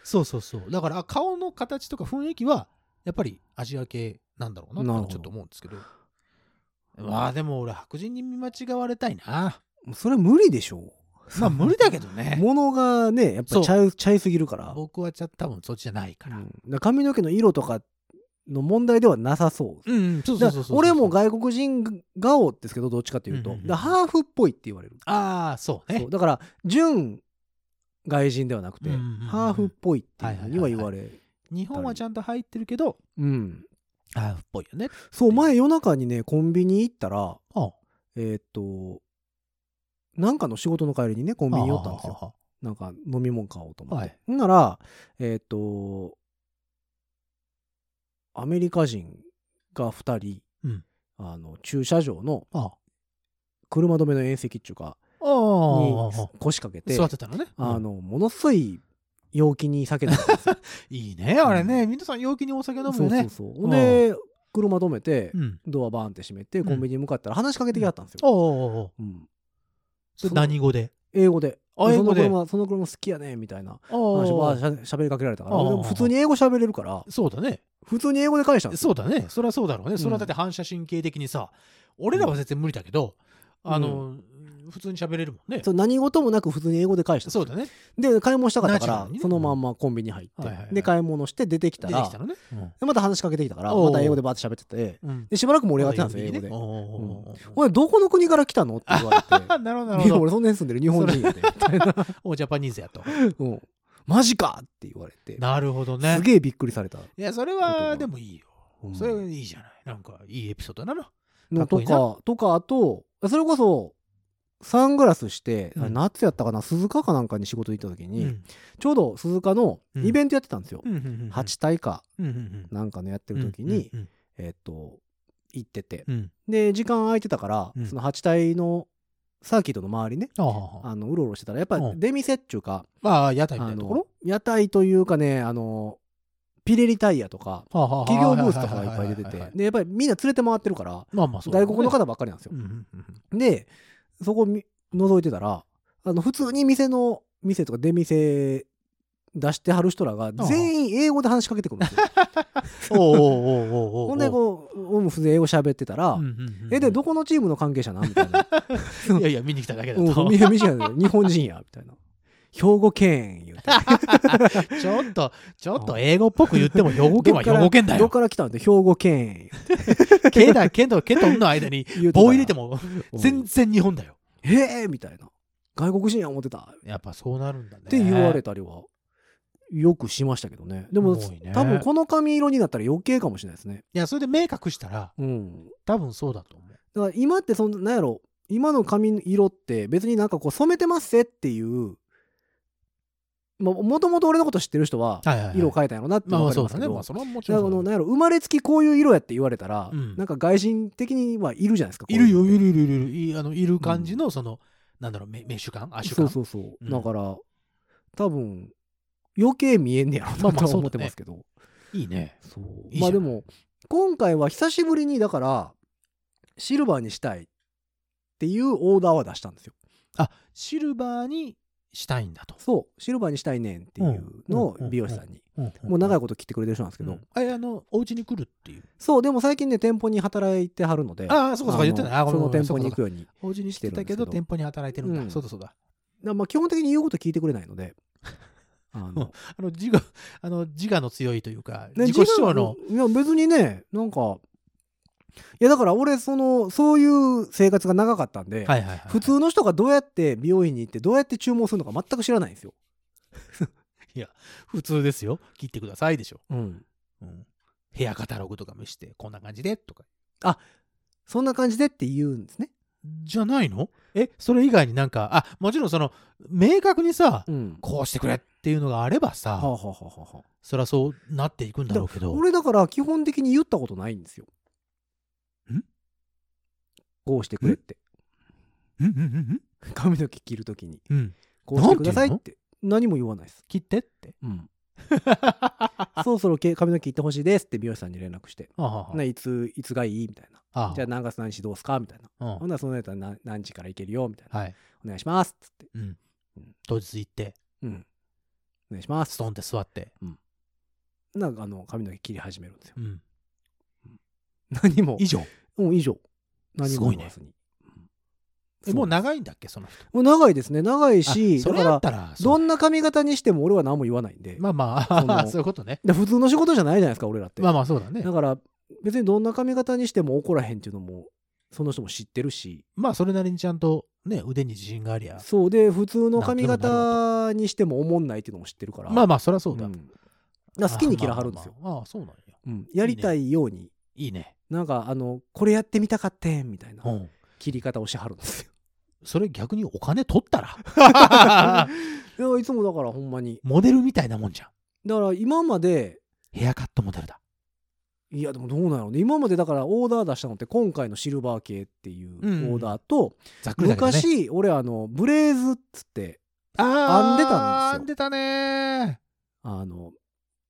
そうそうそうだからあ顔の形とか雰囲気はやっぱりアジア系なんだろう
なる
な
ほ
っ
ど
てちょっと思うんですけどまあでも俺白人に見間違われた いな
それは無理でしょう
まあ無理だけどね
物がねやっぱ
そう
ちゃうちゃいすぎるから
僕はちゃ多分そっちじゃないから、
うんだから髪の毛の色とかの問題ではなさそう
うん、そうそ
だか
うそう
ら
そう
俺も外国人顔ですけどどっちかというと、
うんうんうん
だからハーフっぽいって言われる
ああそう
そ
ね
うだから純外人ではなくて、
うんうんうんうん
ハーフっぽいっていうふうには言われ、
日本はちゃんと入ってるけど
うん
ああっぽいよね
そう前夜中にねコンビニ行ったら
あ
えーっとなんかの仕事の帰りにねコンビニ寄ったんですよなんか飲み物買おうと思って、
はい
ほんならえーっとアメリカ人が2人、
うん
あの駐車場の
ああ
車止めの縁石っていうか
ああ
に腰掛けて
座ってたのね
あのものすごい陽気に酒飲んでたんですよ
いいねあれね皆さん陽気にお酒飲むよね
そうそうそうほんで車止めて
うん
ドアバーンって閉めて
ん
コンビニに向かったら話しかけてきはったんですよ、
おうおうおう
うん
そ
そ
れ何語で
英語で
あ英語で
その車その車好きやねみたいな
お
話
うお
ば
う
ーしゃべりかけられたから
あー
でも普通に英語喋れるから
そうだね
普通に英語で返したんですよ
そうだねそりゃそうだろうね、
ん
それはだって反射神経的にさ俺らは絶対無理だけど、
うん
あの、普通に喋れるもんね。
そう何事もなく普通に英語で返した
そうだね。
で買い物したかったか
ナチュラ
ら
ルにね
そのまんまコンビニ入っ
はいはいは
て
い
で買い物して出てきた
出て
ら
きたのね。
でまた話しかけてきたから
おう
また英語でバーって喋ってて
うん。
でしばらく盛り上がってたんですよ英語
ね
で
おうおうおうおう
「お前どこの国から来たの?」って言われて
あ なるほど、ないる
や
ほど。
俺そんなに住んでる日本人やで」
おジャパニーズやと。
うんマジか!」って言われて
なるほどね
す。げえびっくりされた
いや、それ
こと
は、
は
でもいいよ。
うん
それはいいじゃない。なんか、いいエピソードなの。
の
かっこといい
かとかあとそれこそサングラスして
うん
あれ夏やったかな鈴鹿かなんかに仕事行った時
う
に
ん。
ちょうど鈴鹿のイベントやってたんですよ
うんうんうんうん。
8体か
うんうんうん。
なんかのやって
うん
る時に
うん
えっと行ってて
うんうん。
で時間空いてたから
うん
その8体のサーキットの周りね
ああああ。
あのうろうろしてたらやっぱ
うん
出店っていうか
まあ、屋台みた
あ
いなとこ
の
ろ
屋台というかねあのピレリタイヤとか
はあはあはあ
企業ブースとかがいっぱい出て
ははは
て
は
でやっぱりみんな連れて回ってるから
まあまあ、そうだね
外国の方ばっかりなんですよ
うんうんうん
でそこみ覗いてたらあの普通に店の店とか出店出してはる人らが
あ
全員英語で話しかけてくるんですよ。
おうおうおうお うおう
ほんでこううん普通に英語喋ってたら「
うんうんうんうん
えでどこのチームの関係者な?」みたいな「
いやいや、見に来ただけだ
うん、
と。
みみじやで日本人や」みたいな「兵庫県」言うて
ちょっと、ちょっと英語っぽく言っても、兵庫県は兵庫県だ
どっ
よ。
から来たんって「兵庫県
県だ、県と県との間 に」
言う
棒入れて
も
も、
うん
全然日本だよ。
「へえ」みたいな「外国人や思ってた」
やっぱそうなるんだね。
って言われたりはよくしましたけどねでも
すごいね
多分この髪色になったら余計かもしれないですね
いや、それで明確したら、
うん
多分そうだと思う。
だから今ってそのなんやろ今の髪色って別になんかこう染めてますせっていうもともと俺のこと知ってる人は
はいはいはい
色変えたんやろなって
まあ
分
ま
かり
あ、そう
ますけ
だね。
ど
まあ、それはもち
だから
ろ
この
んそう
な
だ。
んやろ生まれつきこういう色やって言われたら、
うん
なんか外人的にはいるじゃないですか
いるよ、い
る
るいるいるいるいあの。いる感じの、その、なんだろう、メメッシュ感アッシュ
そう
感
そうそう、
うん
だから多分余計見えんねやろ
まあ
な
まあ
とは
そうだね
思ってますけど、
いいね。
そう
いいじゃん
まあでも今回は久しぶりにだからシルバーにしたいっていうオーダーは出したんですよ
あ、シルバーにしたいんだと。
そうシルバーにしたいねんっていうのを
うんうん
美容師さんに
も
もう長
い
いこと切ってくれてる人なんですけど、
ああの、お家に来るっていう。
そうでも最近ね店舗に働いてはるので
ああ、そうかそうか、言ってたね。あ
あ
ご
の
め
そ
ん
の店舗
ごめん
に行くようにだか
法事にしてたけ
してるんですけ
ど
ど
店舗に働いてるんだ、
うん
そうだそうだ
らまあ基本的に言うこと聞いてくれないの であ
う
の
あの自我 あの自我の強いというか、
ね
自己主張の
自分はいや別にねなんかいやだから俺そのそういう生活が長かったんで、
はいはいはい
普通の人がどうやって美容院に行ってどうやって注文するのか全く知らないんですよ、
普通ですよ切ってくださいでしょ、
うん、
うん、ヘアカタログとか見してこんな感じでとか
そんな感じでって言うんですね、
じゃないのえそれ以外になんかあもちろんその明確にさ、
うん
こうしてくれっていうのがあれば
はあ
さ、
はあはあはあ
そりゃそうなっていくんだろうけど
俺だから基本的に言ったことないんですよ
ん
こうしてくれって
うんうんうん
髪の毛切るときに
うん うん
こうしてくださいって何も言わないです、
切ってって
うん、 そろそろけ髪の毛切ってほしいですって美容師さんに連絡して
あは
ないついつがいいみたいな
あ
じゃあ何月何日どうすかみたいな
あ、う
ほ
ん
んならそのやったら何何時から行けるよみたいな
はい、
お願いしますっつって
うん、当日行って
うんお願いします
ストンって座って、
なんかあの髪の毛切り始めるん ですよ
うん、
何も
以上
うん以上何
す
も
ごい
言
ね
わずに
えもう長いんだっけその人
もう長いですね長いし
あそ
だ
れ
か
だ
ら
ったらそ
ど
うん
な髪型にしても俺は何も言わないんで、
まあ ま
そ
あ
の
そういうことね
で普通の仕事じゃないじゃないですか俺らって、
まあまあそうだね
だから別にどんな髪型にしても怒らへんっていうのもその人も知ってるし
まあそれなりにちゃんとね腕に自信がありゃ
そうで普通の髪
なんとでも
型にしてもおもんないっていうのも知ってるから
まあまあそりゃそうだ,、
んだから好きに嫌はるんですよ、
あまあまああそうなんや
うんやりたいように
いいね
なんかあのこれやってみたかってんみたいな
うん
切り方をしはるんです
それ逆にお金取った ら
よいやいつもだからほんまに
モデルみたいなもんじゃん
だから今まで
ヘアカットモデルだ
いやでもどうなのね今までだからオーダー出したのって今回のシルバー系っていうオーダーと、
ざっくりだけどね
昔俺あのブレーズっつって編
あ
んでたんですよ
あんでたね
あの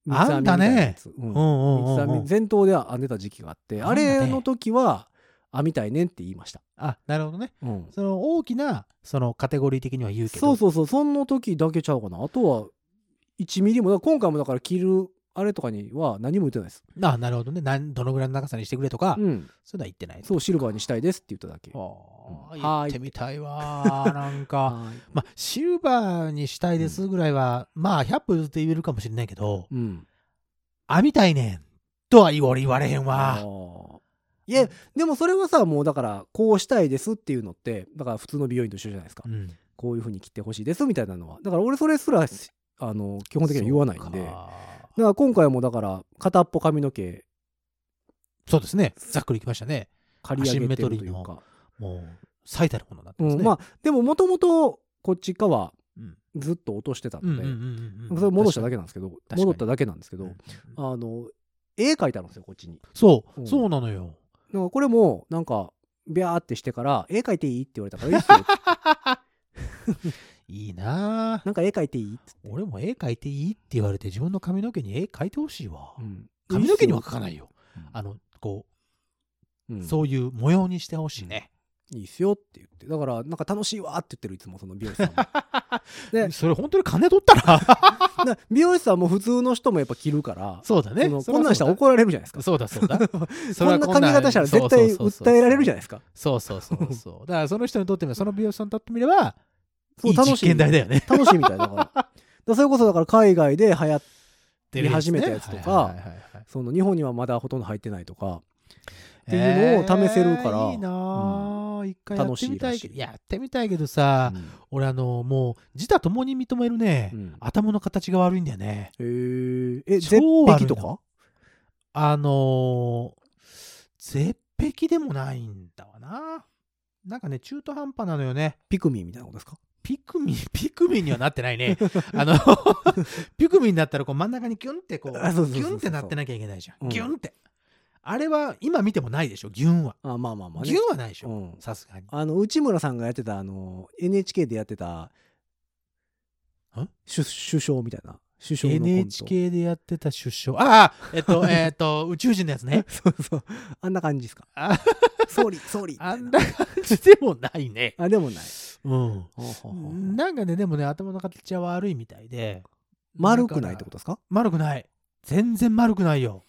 編んだね
三つ編みみ
う
たいなやつ
んうんうん
うん三つ
う
編
ん
み前頭では編んでた時期があって
編ん
あ
だね
れの時は編みたいねんって言いました、
あなるほどね
うん
その大きなそのカテゴリー的には言うけど
そうそうそうその時だけちゃうかなあとは1ミリもだから今回もだから着るあれとかには何も言ってないです。
ああなるほどねなんどのぐらいの長さにしてくれとか、
うん。
そういうのは言ってない
そう、シルバーにしたいですって言っただけ。
あ
うん
あ言ってみたいわー なんか
はい
まあシルバーにしたいですぐらいは、まあ100歩譲って言えるかもしれないけど
うん。
あみたいねんとは言わ俺言われへんわ
ーいや、でもそれはさ、もうだから、こうしたいですっていうのって、だから普通の美容院と一緒じゃないですか
う。ん
こういう風に切ってほしいですみたいなのは。だから俺それすら、あの、基本的には言わないんで。
そう
だか
から
今回もだから、片っぽ髪の毛
そうですねざっくりいきましたね
刈り上げてるというか。
もう最たるものになって
う
ます
ん、
ね、
まあ、でももともとこっち側は
うん
ずっと落としてた
う
の
んうん
で、
うんうん
それ戻しただけなんですけど、
かに
戻っただけなんですけど、
うん
あの、絵描いてあるんですよ、こっちに。
そう、
うん
そうなのよ
なんかこれも、なんか、ビャーってしてから、絵描いていいって言われたから、いいっ すよ。
いいなあ
なんか絵描いていいっつって。
俺も絵描いていいって言われて自分の髪の毛に絵描いてほしいわ、
うん
髪の毛には描かないい
いっ
よあのこ
すよ。
う、
うん
そういう模様にしてほしいね、
いいっすよって言って。だから、なんか楽しいわって言ってる、いつもその美容師さんも で
それ本当に金取った
だ
ら
から美容師さんも普通の人もやっぱ着るから、
そうだね
そのこんなんしたら怒られるじゃないですか。
そうだそうだそれ
こ
は
んな髪型したら絶対訴えられるじゃない
ない
ですか。
そうそうそうそうそうだからその人にとってもその美容師さんにとってみれば
そう
いい
楽しい
実験台だよね
楽しいみたいだから。だ からそれこそだから海外で流行っ見始めたやつとか
はいはいはいはい
その日本にはまだほとんど入ってないとか、っていうのを試せるから
えーいいなあ一回やって
楽しい
みたいけ
らし
ど
い
やってみたいけどさ、俺あのもう自他ともに認めるね、
うん
頭の形が悪いんだよね
えー、え絶
超悪い
壁
な
とか
あのー絶壁でもないんだわななんかね中途半端なのよね
ピクミンみたいなことですか
ピクミン ピクミンにはなってないねあの ピクミンだったらこう真ん中にギュンってこう
あそうそうそう
ギ
そう
ュンってなってなきゃいけないじゃ
うん
んギュンってあれは今見てもないでしょギュンは
あまあまあまあね
ギュンはないでし
う
ょ
ん、
さすがに
あの内村さんがやってたあの NHK でやってた
ん
首首相みたいな首相のコント
NHK でやってた出生ああえっとえっと宇宙人のや つね
そうそうあんな感じですか
あ
総理総理みた
あ
い
ん
な
な感じでもないね
あでもない
うん
ほうほうほう
なんかねでもね頭の形は悪いみたいで
丸くないってこととですか
丸くない全然丸くないよ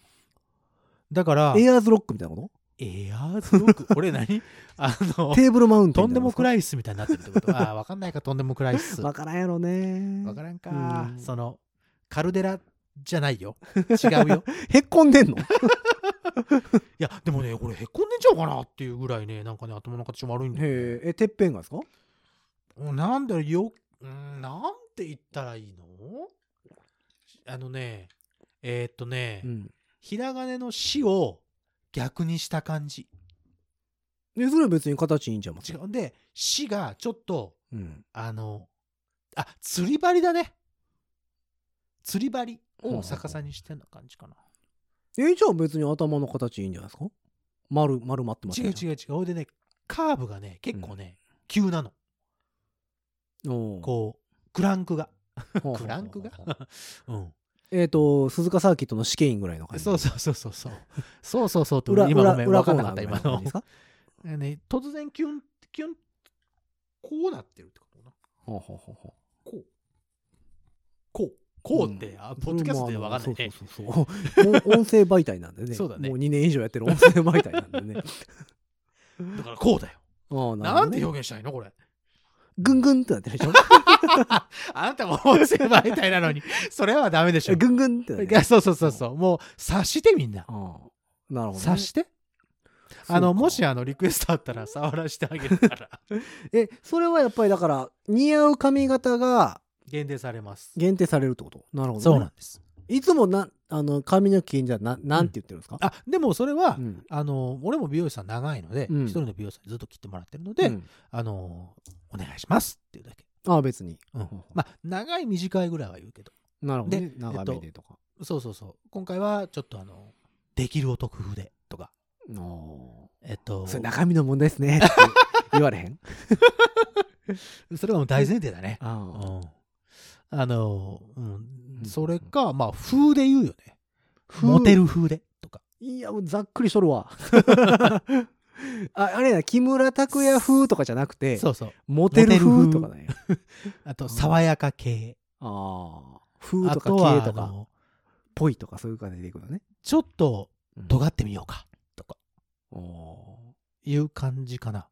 だから
エアーズロックみたいなこ
エアーズロック 俺何あの
とテーブルマウンテン
とんでもク
い
ライスみたいになってるって ことああ分かんないかとんでもクライス
わ
分
からんやろね
からんか
うん
そのカルデラじ ゃないよ違うよ
へっこんでんの
いやでもね俺へこんでんちゃうかなっていうぐらいねなんかね頭の形悪いんだよ
へええてっぺんがですか
うんなんだろうよ、うんなんて言ったらいいのあのね、えーっとね、
うん
ひらがねの死を逆にした感じ。
でそれは別に形いいんちゃいます
違うんで、死がちょっと、
うん
あの、あ、釣り針だね。釣り針を逆さにしてんな感じかな。
えじゃあ別に頭の形いいんじゃないですか丸丸まってます
違う違う違う。ほいでね、カーブがね、結構ね、急なの。
うん
こう、クランクが。
ほうほうほう
クランクが うん。
えっと鈴鹿サーキットの試験員ぐらいの感じ
そうそうそうそうそう。そうそうそうと
裏
今
裏
ごめん、
裏
わ
コ
か
ー
ん
ナ
なか
ー
っ
ぐ
た、
らい
今
の感じ
の
です。か
あのね、突然キュン、キュン、こうなってるってことかな。
ほうほうほうほう
こう。こう。こうって、あ、ポッドキャストでわかんないね。
そうそうそうそうお音声媒体なんで ね
そうだね
もう2年以上やってる音声媒体なんで ね
だからこうだよ。
ああなる
な
ほど
ん
ね
て表現したいのこれ。
ぐんぐんってなってるでしょ
あなたも音声媒体なの に、それはダメでしょ。
ぐんぐんってなって
い
る
やそうそうそうそう。もう、察してみんな。
ああなるほどね
察して。
そうか
あの、もしあの、リクエストあったら、触らせてあげる から、
えそれはやっぱりだから似合う髪型が
限定されます。
限定されるってことなるほどね、
そうなんです。
いつもなあの髪の毛にじゃななんて言ってるんですか、
あ、でもそれは
う、ん
あの俺も美容師さん長いので、
うん
一人の美容師さんにずっと切ってもらってるので、
うん
あのお願いしますっていうだけ、
ああ別に、
うん
ほうほう
まあ長い短いぐらいは言うけど
なるほどね
で
長めでとか、
そうそうそう今回はちょっとあのできる男風でとか
お
えっと
ーそ
そ
れ
れ
中身の問題です ねって言われへん
はもう大前提だねう
ああ
んあの、うん
うん
それかまあ風で言うよね
風
モテる風でとか
いやざっくりしとる わああれや木村拓哉風とかじゃなくて
そうそう
モテる風とかね
あと爽やか系
ああ風
あ
とか
とは
系と
あ
か
の
ぽいとかそういう感じで出てくるのね。
ちょっと
うん
尖ってみようかとか
お
いう感じかな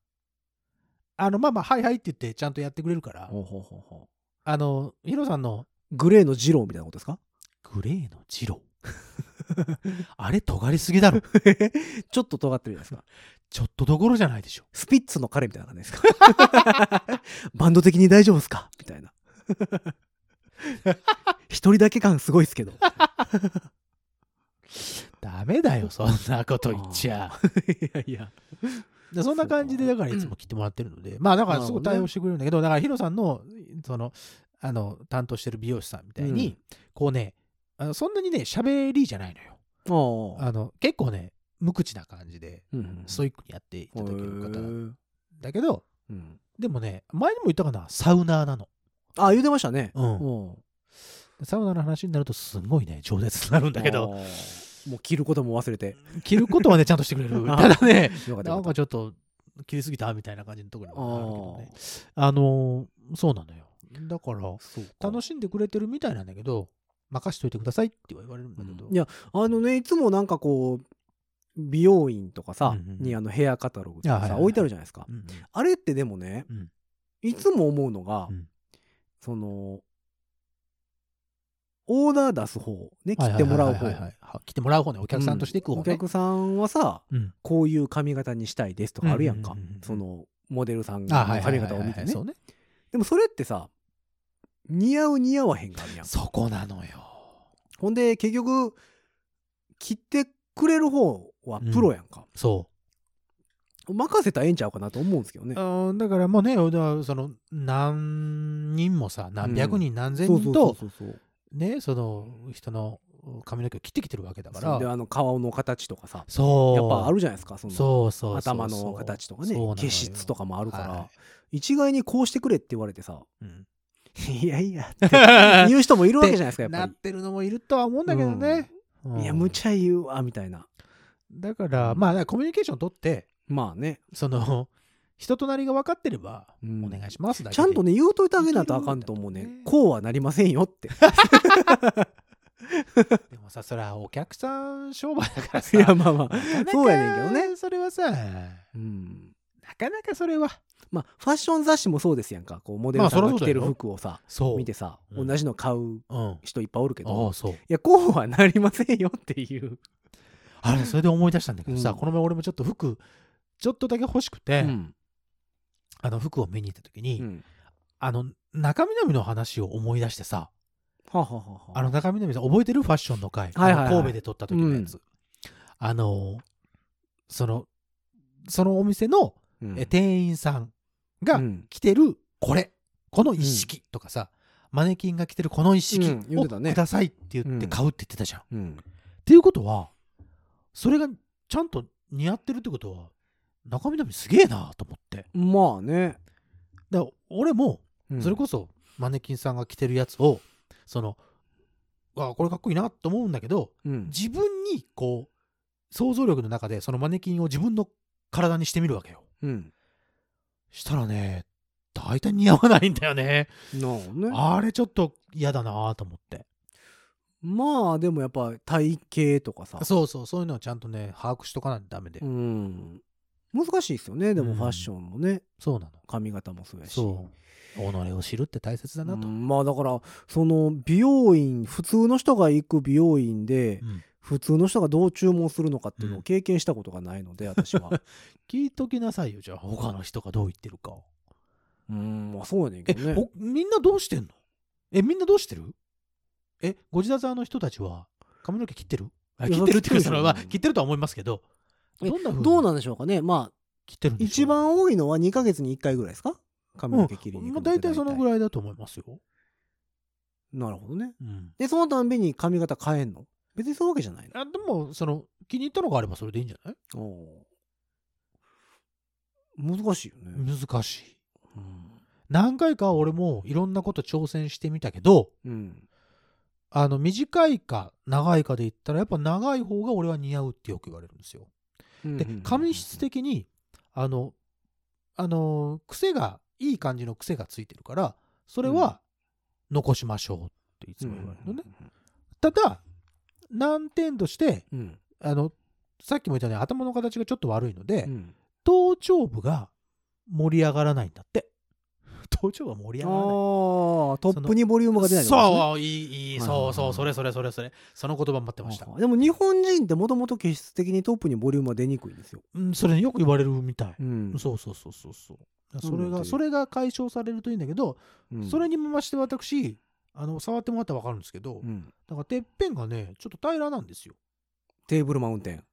あのまあまあはいはいって言ってちゃんとやってくれるから
ーほうほうほうほ
あのヒロさんの
うグレーの二郎みたいなことですか
グレーのジロー あれ尖りすぎだろ
ちょっと尖ってるじゃないですか。
ちょっとどころじゃないでしょ
スピッツの彼みたいな感じですか バンド的に大丈夫ですかみたいな。 一人だけ感すごいです けど。
ダメだよそんなこと言っちゃ
いやいや。
でそんな感じでだからいつも来てもらってるので、まあだからすごい対応してくれるんだけどだからヒロさんのそのあの担当してる美容師さんみたいに、
うん
こうねあのそんなにね喋りじゃないのよ
おー
あの結構ね無口な感じで
うん
ストイックにやっていただける方なんだけど、
うん
でもね前にも言ったかなサウナーなの、
あ、言うてましたね。
うん
お
サウナーの話になるとすごいね饒舌になるん
ー
だけど
おーもう着ることも忘れて。
着ることはねちゃんとしてくれる
あ
ただ ね
よかった
な
よ
ん
かっ
かちょっと切りすぎたみたいな感じのところ
た。あ
もあるけどねあのーそうなのよだから
ー
楽しんでくれてるみたいなんだけど任しといてくださいっては言われるんだけど、
いやあのねいつもなんかこう美容院とかさ、
うんうん
にあのヘアカタログとか
あはい
さ
はい
置いてあるじゃないですか、
うんうん
あれってでもね、
うん
いつも思うのが、
うん
そのオーダー出す方ね切ってもらう方
はいはいはいはいは来てもらう方ねお客さんとしていく
うん
方
お
ね、
客さんはさ
うん
こういう髪型にしたいですとかあるやんか、
うんうんうんうん
そのモデルさん
あ
が
はいはい
髪
はい
型
はい
を見てね
そうね
でもそれってさ似合う似合わへんがあるやん
そこなのよ
ほんで結局切ってくれる方はプロやんか、
そ
任せたらええんちゃうかなと思うんですけどね
う、。うんだからもうねだからその何人もさ何百人何千人と
そうそう。
ねその人の髪の毛を切ってきてるわけだか
そうで
ら
あの顔の形とかさ、
そう
やっぱあるじゃないですか、その
そうそうそうそう
頭の形とかね
そうな、のよ
毛質とかもあるから、
は
一概にこうしてくれって言われてさ、
いうん
いやいやって 言う人もいるわけじゃないですか、やっ
な
ぱ
ってるのもいるとは思うんだけどね、うん
り。いや、無茶言うわ、みたいな。
だから
うん
まあだからコミュニケーション取って
まあね、
その 人となりが分かってれば
うん
お願いしますだけで
ちゃんとね、言うといてあげなとあかんと思う
い
ね
けるんだとね。
こうはなりませんよ って。
でもさそれはお客さん商売だから
い
さ
や、まあまあ。
なかなか
そうやねんけどね
それはさ
うん
なかなかそれは
まあ、ファッション雑誌もそうですやんか。こう、モデルさん
まあ
が着
そりゃそうだ
て
よ
る服をさ、
そう
見てさ、
う
同
ん
じの買う
うんあ
人いっぱいおるけど
あ、そう
いや、こうはなりませんよっていう。
あれそれで思い出したんだけどさ、
うん
この前俺もちょっと服ちょっとだけ欲しくて、あの服を見に行った時に、
うん
あの中南の話を思い出してさ
はあはあはあ
あの中南さん覚えてるファッションの回、
はいはいはい
あの神戸で撮った時のやつ、あのそのそのお店の、
うん
え店員さんが
うん
着てるこれこの一式とかさ、マネキンが着てるこの一式
うん言っ
を
てたね
くださいって言っ
う
て
ん
買うって言ってたじゃん。っ
うん
ていうことはそれがちゃんと似合ってるってことは中南すげえなと思って
まあね、
だから俺も
うん
それこそマネキンさんが着てるやつをそのあこれかっこいいなと思うんだけど
うん
自分にこう想像力の中でそのマネキンを自分の体にしてみるわけよ
うん
したらね大体似合わないんだよね
なあね
あれちょっと嫌だなと思って
まあでもやっぱ体型とかさ
そうそうそういうのはちゃんとね把握しとかないとダメで、
うん難しいですよねで
う
も
ん
ファッションもね
そうなの
髪型もそうやし
そう己を知るって大切だな
う
と、
んまあだからその美容院普通の人が行く美容院で
うん
普通の人がどう注文するのかっていうの
う
を
ん
経験したことがないので私 は
聞いときなさいよじゃあ他の人がどう言ってるか
うんまあそうやねん
え、
けどね
ほみんなどうしてんのえ、みんなどうしてるえ、ご自宅の人たちは髪の毛切ってるあ
いや
切ってるってい
切
うか、
ってるでしょ
そのまあ切ってるとは思いますけど、
え
どんな風に
どうなんでしょうかねまあ
切ってるんでしょう
一、番多いのは2ヶ月に1回ぐらいですか髪の毛切り
う
に
ん
行
まあ、
くのって
大体そのぐらいだと思いますよ。
なるほどね
うん、
で、そのたんびに髪型変えんの別にそういうわけじゃないの。
あでも、その気に入ったのがあればそれでいいんじゃない
おー難しいよね。
難しい。何回か俺もいろんなこと挑戦してみたけど、
うん。
あの短いか長いかで言ったらやっぱ長い方が俺は似合うってよく言われるんですよ。
うん
で髪質的にあのあの癖がいい感じの癖がついてるからそれは残しましょうっていつも言われるのね、。ただ難点として
うん
あのさっきも言ったように頭の形がちょっと悪いので、
うん
頭頂部が盛り上がらないんだって頭頂部は盛り
あ
上がらない
ートップにボリュームが出ないってことですね
そういいいい
はいはいはい
そうそうそれそれそれそれその言葉待ってました
あーでも日本人ってもともと気質的にトップにボリュームは出にくいんですよ。
うんそれねよく言われるみたい
うん
そうそうそうそうそう
そう
そ
な
れ
んだよ
がそれが解消されるといいんだけど、
うん
それにもまして私あの触ってもらったら分かるんですけど、
うん
だからてっぺんがねちょっと平らなんですよ
テーブルマウンテン。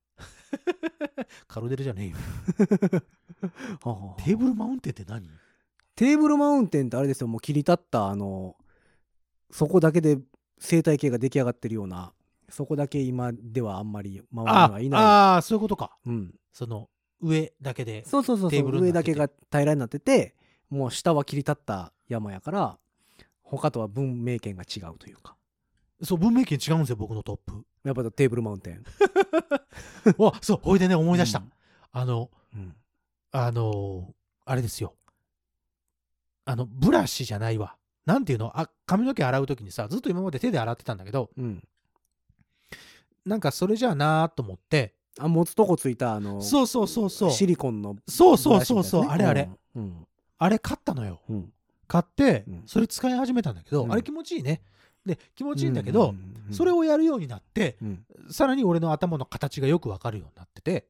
カルデルじゃねえよ
テ
テーブルマウンテンって何
テーブルマウンテンってあれですよもう切り立ったあのそこだけで生態系が出来上がってるようなそこだけ今ではあんまり周りに
あ
はいな
あーそういうことか
い、うん、
その上だけで
そうそうそう
テ
そ
ーブ
う
ル
上
に
だ
なってて
けが平らになっててもう下は切り立った山やから他とは文明圏が違うというか
そう文明圏違うんですよ僕のトッ
やっぱテーブルマウンテン
プあそうほいでね思い出した、
うん
あの
うん
あのーあれですよ。あの、ブラシじゃないわ。なんていうのあ、髪の毛洗うときにさ、ずっと今まで手で洗ってたんだけど、
うん
なんかそれじゃあなーと思って。
あ持つとこついたあの
そうそうそうそう。
シリコンの
そうそうそうそう。あれあれ。
うん
あれ買ったのよ。
うん
買って
うん、
それ使い始めたんだけど、
うん
あれ気持ちいいね。で、気持ちいいんだけど、それ
を、
をやるようになって、
うん
さらに俺の頭の形がよくわかるようになってて、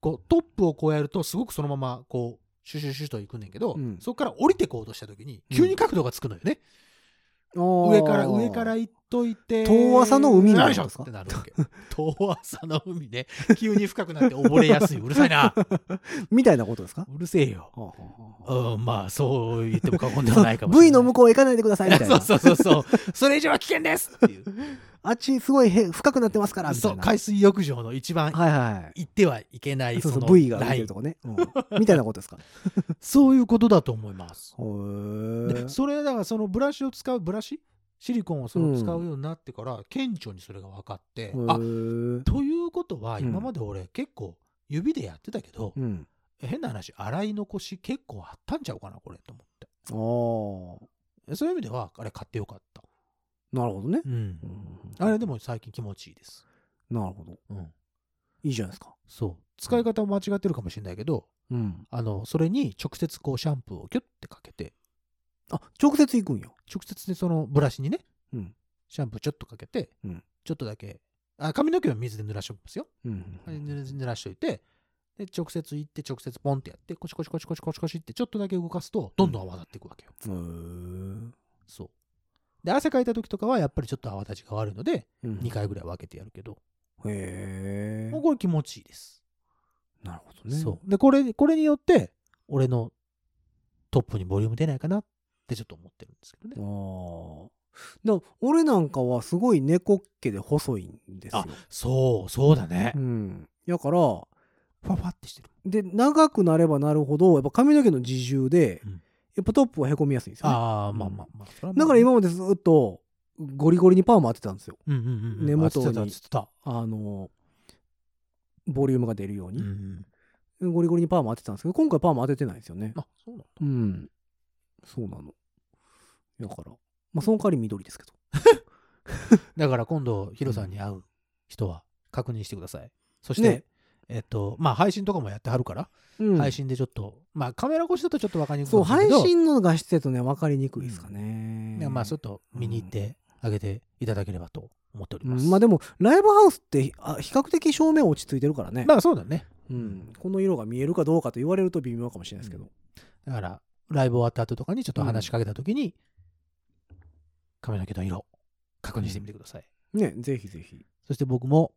こう、トップをこうやると、すごくそのまま、こう、シュシュシュといくんだけど、
うん
そこから降りてこうとしたときに、急に角度がつくのよね。上
上
から上から行っといて
遠浅の海
に
に
な
な
る
る
で
んで
しょっ
すか
てなるわけ遠浅の海ね急に深くなって溺れやすいうるさ いな
みたいなことですか
うるせえよ
はあはあはあ
うんまあそう言っても過言では ないかもしれない
V の向こうへ行かないでくださいみたいな。
そうそうそうそうそれ以上は危険ですっていう
あっちすごいへ深くなってますからみた
そ
いうな。
海水浴場の一番
はいはい。
行ってはいけない
そう
そ
そう
の
V が出
ラ
て
イ
る
ン
とこね、うんみたいなことですか。
そういうことだと思います
へー
でそれだからそのブラシを使うブラシシリコンをその使うようになってから顕著にそれが分かってあ
へー
ということは
うん
今まで俺結構指でやってたけど、
うん。
変な話洗い残し結構あったんちゃうかなこれと思っ
ああ
てそういう意味ではあれ買ってよかった、
なるほどね。
うん
うん
あれでも最近気持ちいいです、
なるほど。
うん、
いいじゃないですか。
そう使い方を間違ってるかもしれないけど
うん。
あのそれに直接こうシャンプーをキュッてかけて
あ直接行くんよ。
直接でそのブラシにね、
うん
シャンプーちょっとかけて、
うん
ちょっとだけあ髪の毛は水で濡らしておきますよ
うん
あれ濡ら濡らしといてで直接行って直接ポンってやってコシコシコシコシコシコシってちょっとだけ動かすとどんどん泡立っていくわけよ、
へー
そうで汗かいた時とかはやっぱりちょっと泡立ちが悪いので
うん
2回ぐらい分けてやるけど、
へえ
もう。これ気持ちいいです、
なるほどね。
そうでこれこれによって俺のトップにボリューム出ないかなってちょっと思ってるんですけどね、
ああ。だから俺なんかはすごい猫っ毛で細いんですよ
あ。そうそうだね
うん。だから、
ファファってしてる
で、長くなればなるほど、やっぱ髪の毛の自重で、
うん
やっぱトップはへこみやすいんですよ、ね。
ああまあまあまあそれはまあ
だから今までずっと、ゴリゴリにパーマ当てたんですよ。
うんうんうんうん
根元に
あつってたつってた
あの、ボリュームが出るよう
うんう
に。
ん
ゴリゴリにパーマ当てたんですけど、今回パーマ当ててないんですよね。
あそうなんだ
うん。そうなの。だから、まあ、その代わり緑ですけど。
だから今度ヒロさんに会う人は確認してくださいそして、
ね
えっとまあ配信とかもやってはるから
うん、
配信でちょっと、まあカメラ越しだとちょっと分かりにくい
そう、
かもしれ
配
ないけど
信の画質だとね、分かりにくいですかね。
ねまあちょっと見に行ってあげていただければと思っております。
うんまあでもライブハウスってあ比較的照明落ち着いてるからね、
まあそうだね。
うん、この色が見えるかどうかと言われると微妙かもしれないですけど、
だからライブ終わった後とかにちょっと話しかけた時に、髪の毛の色確認してみてください。
ねぜひぜ ひ
そして僕も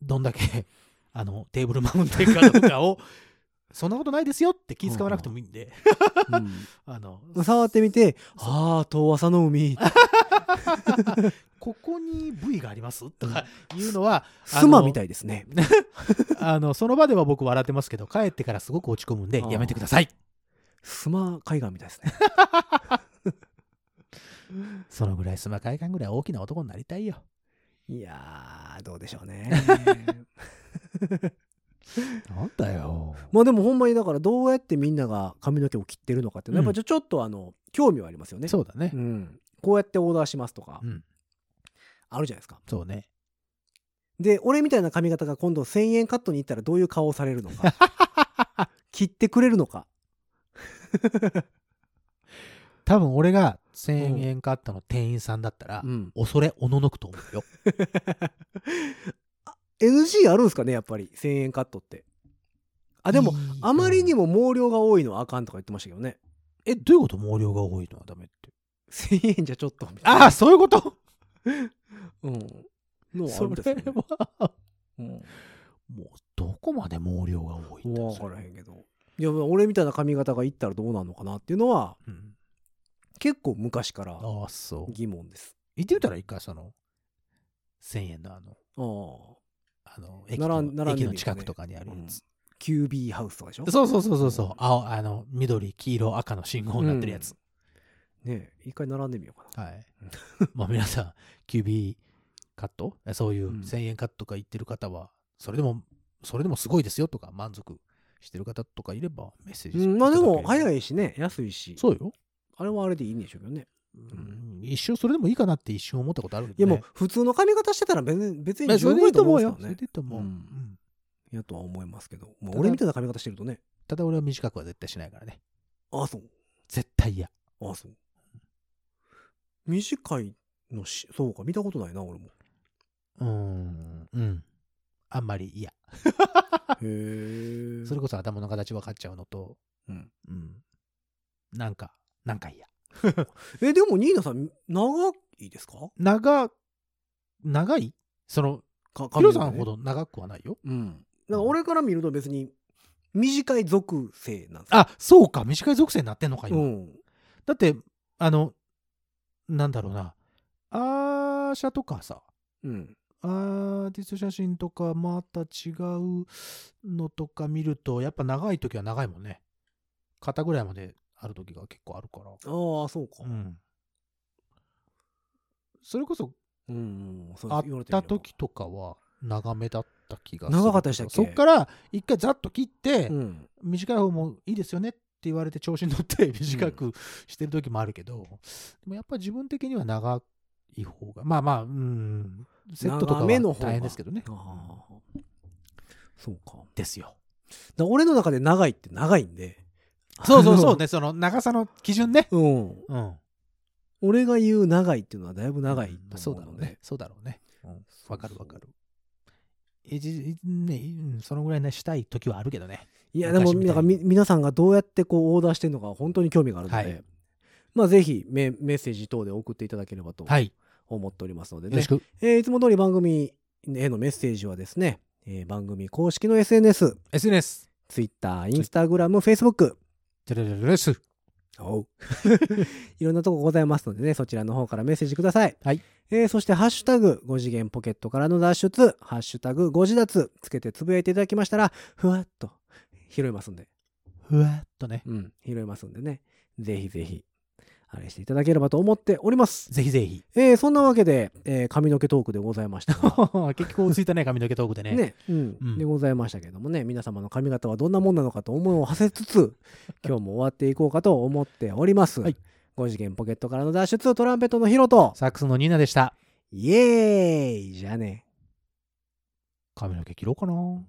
どんだけ あのテーブルマウンテンかどうか をそんなことないですよって気使わなくてもいいんで、 あの
触ってみて「ああ遠浅の海
ここに部位がありますとかいうのは
スマみ
い
たいですね
あのその場では僕笑ってますけど帰ってからすごく落ち込むんでやめてください。
スマ海岸みたいですね
そのぐらいスマ海岸ぐらい大きな男になりたいよ。
いやーどうでしょうね
なんだよ。
まあでもほんまにだからどうやってみんなが髪の毛を切ってるのかっていうのはやっぱちょっとあの興味はありますよね、
そうだね
う。んこうやってオーダーしますとか
うん。
あるじゃないですか
そうね。
で俺みたいな髪型が今度1000円カットに行ったらどういう顔をされるの か切ってくれるのか
多分俺が
うん
1000円カットの店員さんだったら、
うん
恐れおののくと思うよ
NG あるんすかねやっぱり1000円カットってあでも
いい
あまりにも毛量が多いのはあかんとか言ってましたけどね
えどういうこと毛量が多いのはダメって
1000円じゃちょっとみたいな
ああそういうこと
うんのはあ
そ
るんですよ
れ
ね
は
うん
もうどこまで毛量が多いんだよ
分
そ
か
れ
らへんけどいや俺みたいな髪型がいったらどうなんのかなっていうのは
うん
結構昔から
ああそう
疑問です
行ってみたら一回その1000円のあの
ああ
あの駅
並ん並んでみる
の
ね
駅の近くとかにあるやつ、
キュービーハウスとかでしょ
そうそうそうそうそう青あの緑黄色赤の信号になってるやつ、
ねえ一回並んでみようかな
はい。 まあ皆さん、QB カットえそういううん1000円カットとか言ってる方は、それでも、それでもすごいですよとか、満足してる方とかいれば、メッセージ
うんまあでも
い
早いしね安いし
そうよ。
あれはあれでいいんでしょうけどね
うん一瞬それでもいいかなって一瞬思ったことあるんで。
いやもう普通の髪型してたら別に別
まあ
に
そ
十分
れでいいと思うよ
だ。
それでいいと思う。
うん
うん
やとは思いますけど、まあ、
ただ
俺みたいな髪型してるとね
ただ俺は短くは絶対しないからね。
ああそう
絶対嫌。
ああそう短いのしそうか見たことないな俺も
うーん。うん。あんまり嫌。
へえ
それこそ頭の形分かっちゃうのと、
うん
うん。なんか、なんか嫌。
えでもニーナさん長いですか
長、長いその、
か
ヒロさんほ
ど
ど長くはないよ。
うんだから俺から見ると別に短い属性なんですよ
あ、そうか、短い属性になってんのか、
う
今。
ん
だって、あの、なんだろうな、アーシャとかさ、
うん
アーティスト写真とか、また違うのとか見ると、やっぱ長い時は長いもんね。肩ぐらいまである時が結構あるか。
ああそうから
うん。それこそ、
うん、うん、そう言わ
会っ
れてみれ
た
ば
時とかは長めだった気がする
長かったでしたっけ
そっから一回ざっと切って、
うん
短い方もいいですよねって言われて調子に乗って短くしてる時もあるけど、でもやっぱ自分的には長い方がまあまあうんセットとか
長
は
めの方が
大変ですけどね
ああそうか
ですよ
だから俺の中で長いって長いんで。
そうそうそうねその長さの基準ね
うん。
うん
俺が言う長いっていうのはだいぶ長いと思うので。
そうだろうね。そうだろうねうんわ、かるわかるえじね、うんそのぐらいねしたい時はあるけどね
いや、でも、
昔みた
ないんか
に
み皆さんがどうやってこうオーダーしてるのか本当に興味があるので、
はい
まあぜひメメッセージ等で送っていただければと
はい
思っておりますので
よ
ね。
ろしく
えーいつも通り番組へのメッセージはですね、えー番組公式の SNS、
SNS
Twitter、Instagram、Facebook、
テレレレレス
おう いろんなとこございますのでね、そちらの方からメッセージください。
はい。
えーそして、ハッシュタグ、5次元ポケットからの脱出、ハッシュタグ、5次脱、つけてつぶやいていただきましたら、ふわっと拾いますんで、
ふわっとね
うん、拾いますんでね、ぜひぜひ、あれしていただければと思っております。
ぜひぜひ
えーそんなわけで、えー髪の毛トークでございましたが
結局落ち着いたね髪の毛トークでね
ね、うん、
うん
でございましたけどもね、皆様の髪型はどんなもんなのかと思いを馳せつ つ、今日も終わっていこうかと思っております。
はい
5次元ポケットからの脱出、トランペットのヒロと、
サックスのニーナでした
イエーイじゃあね。
髪の毛切ろうかな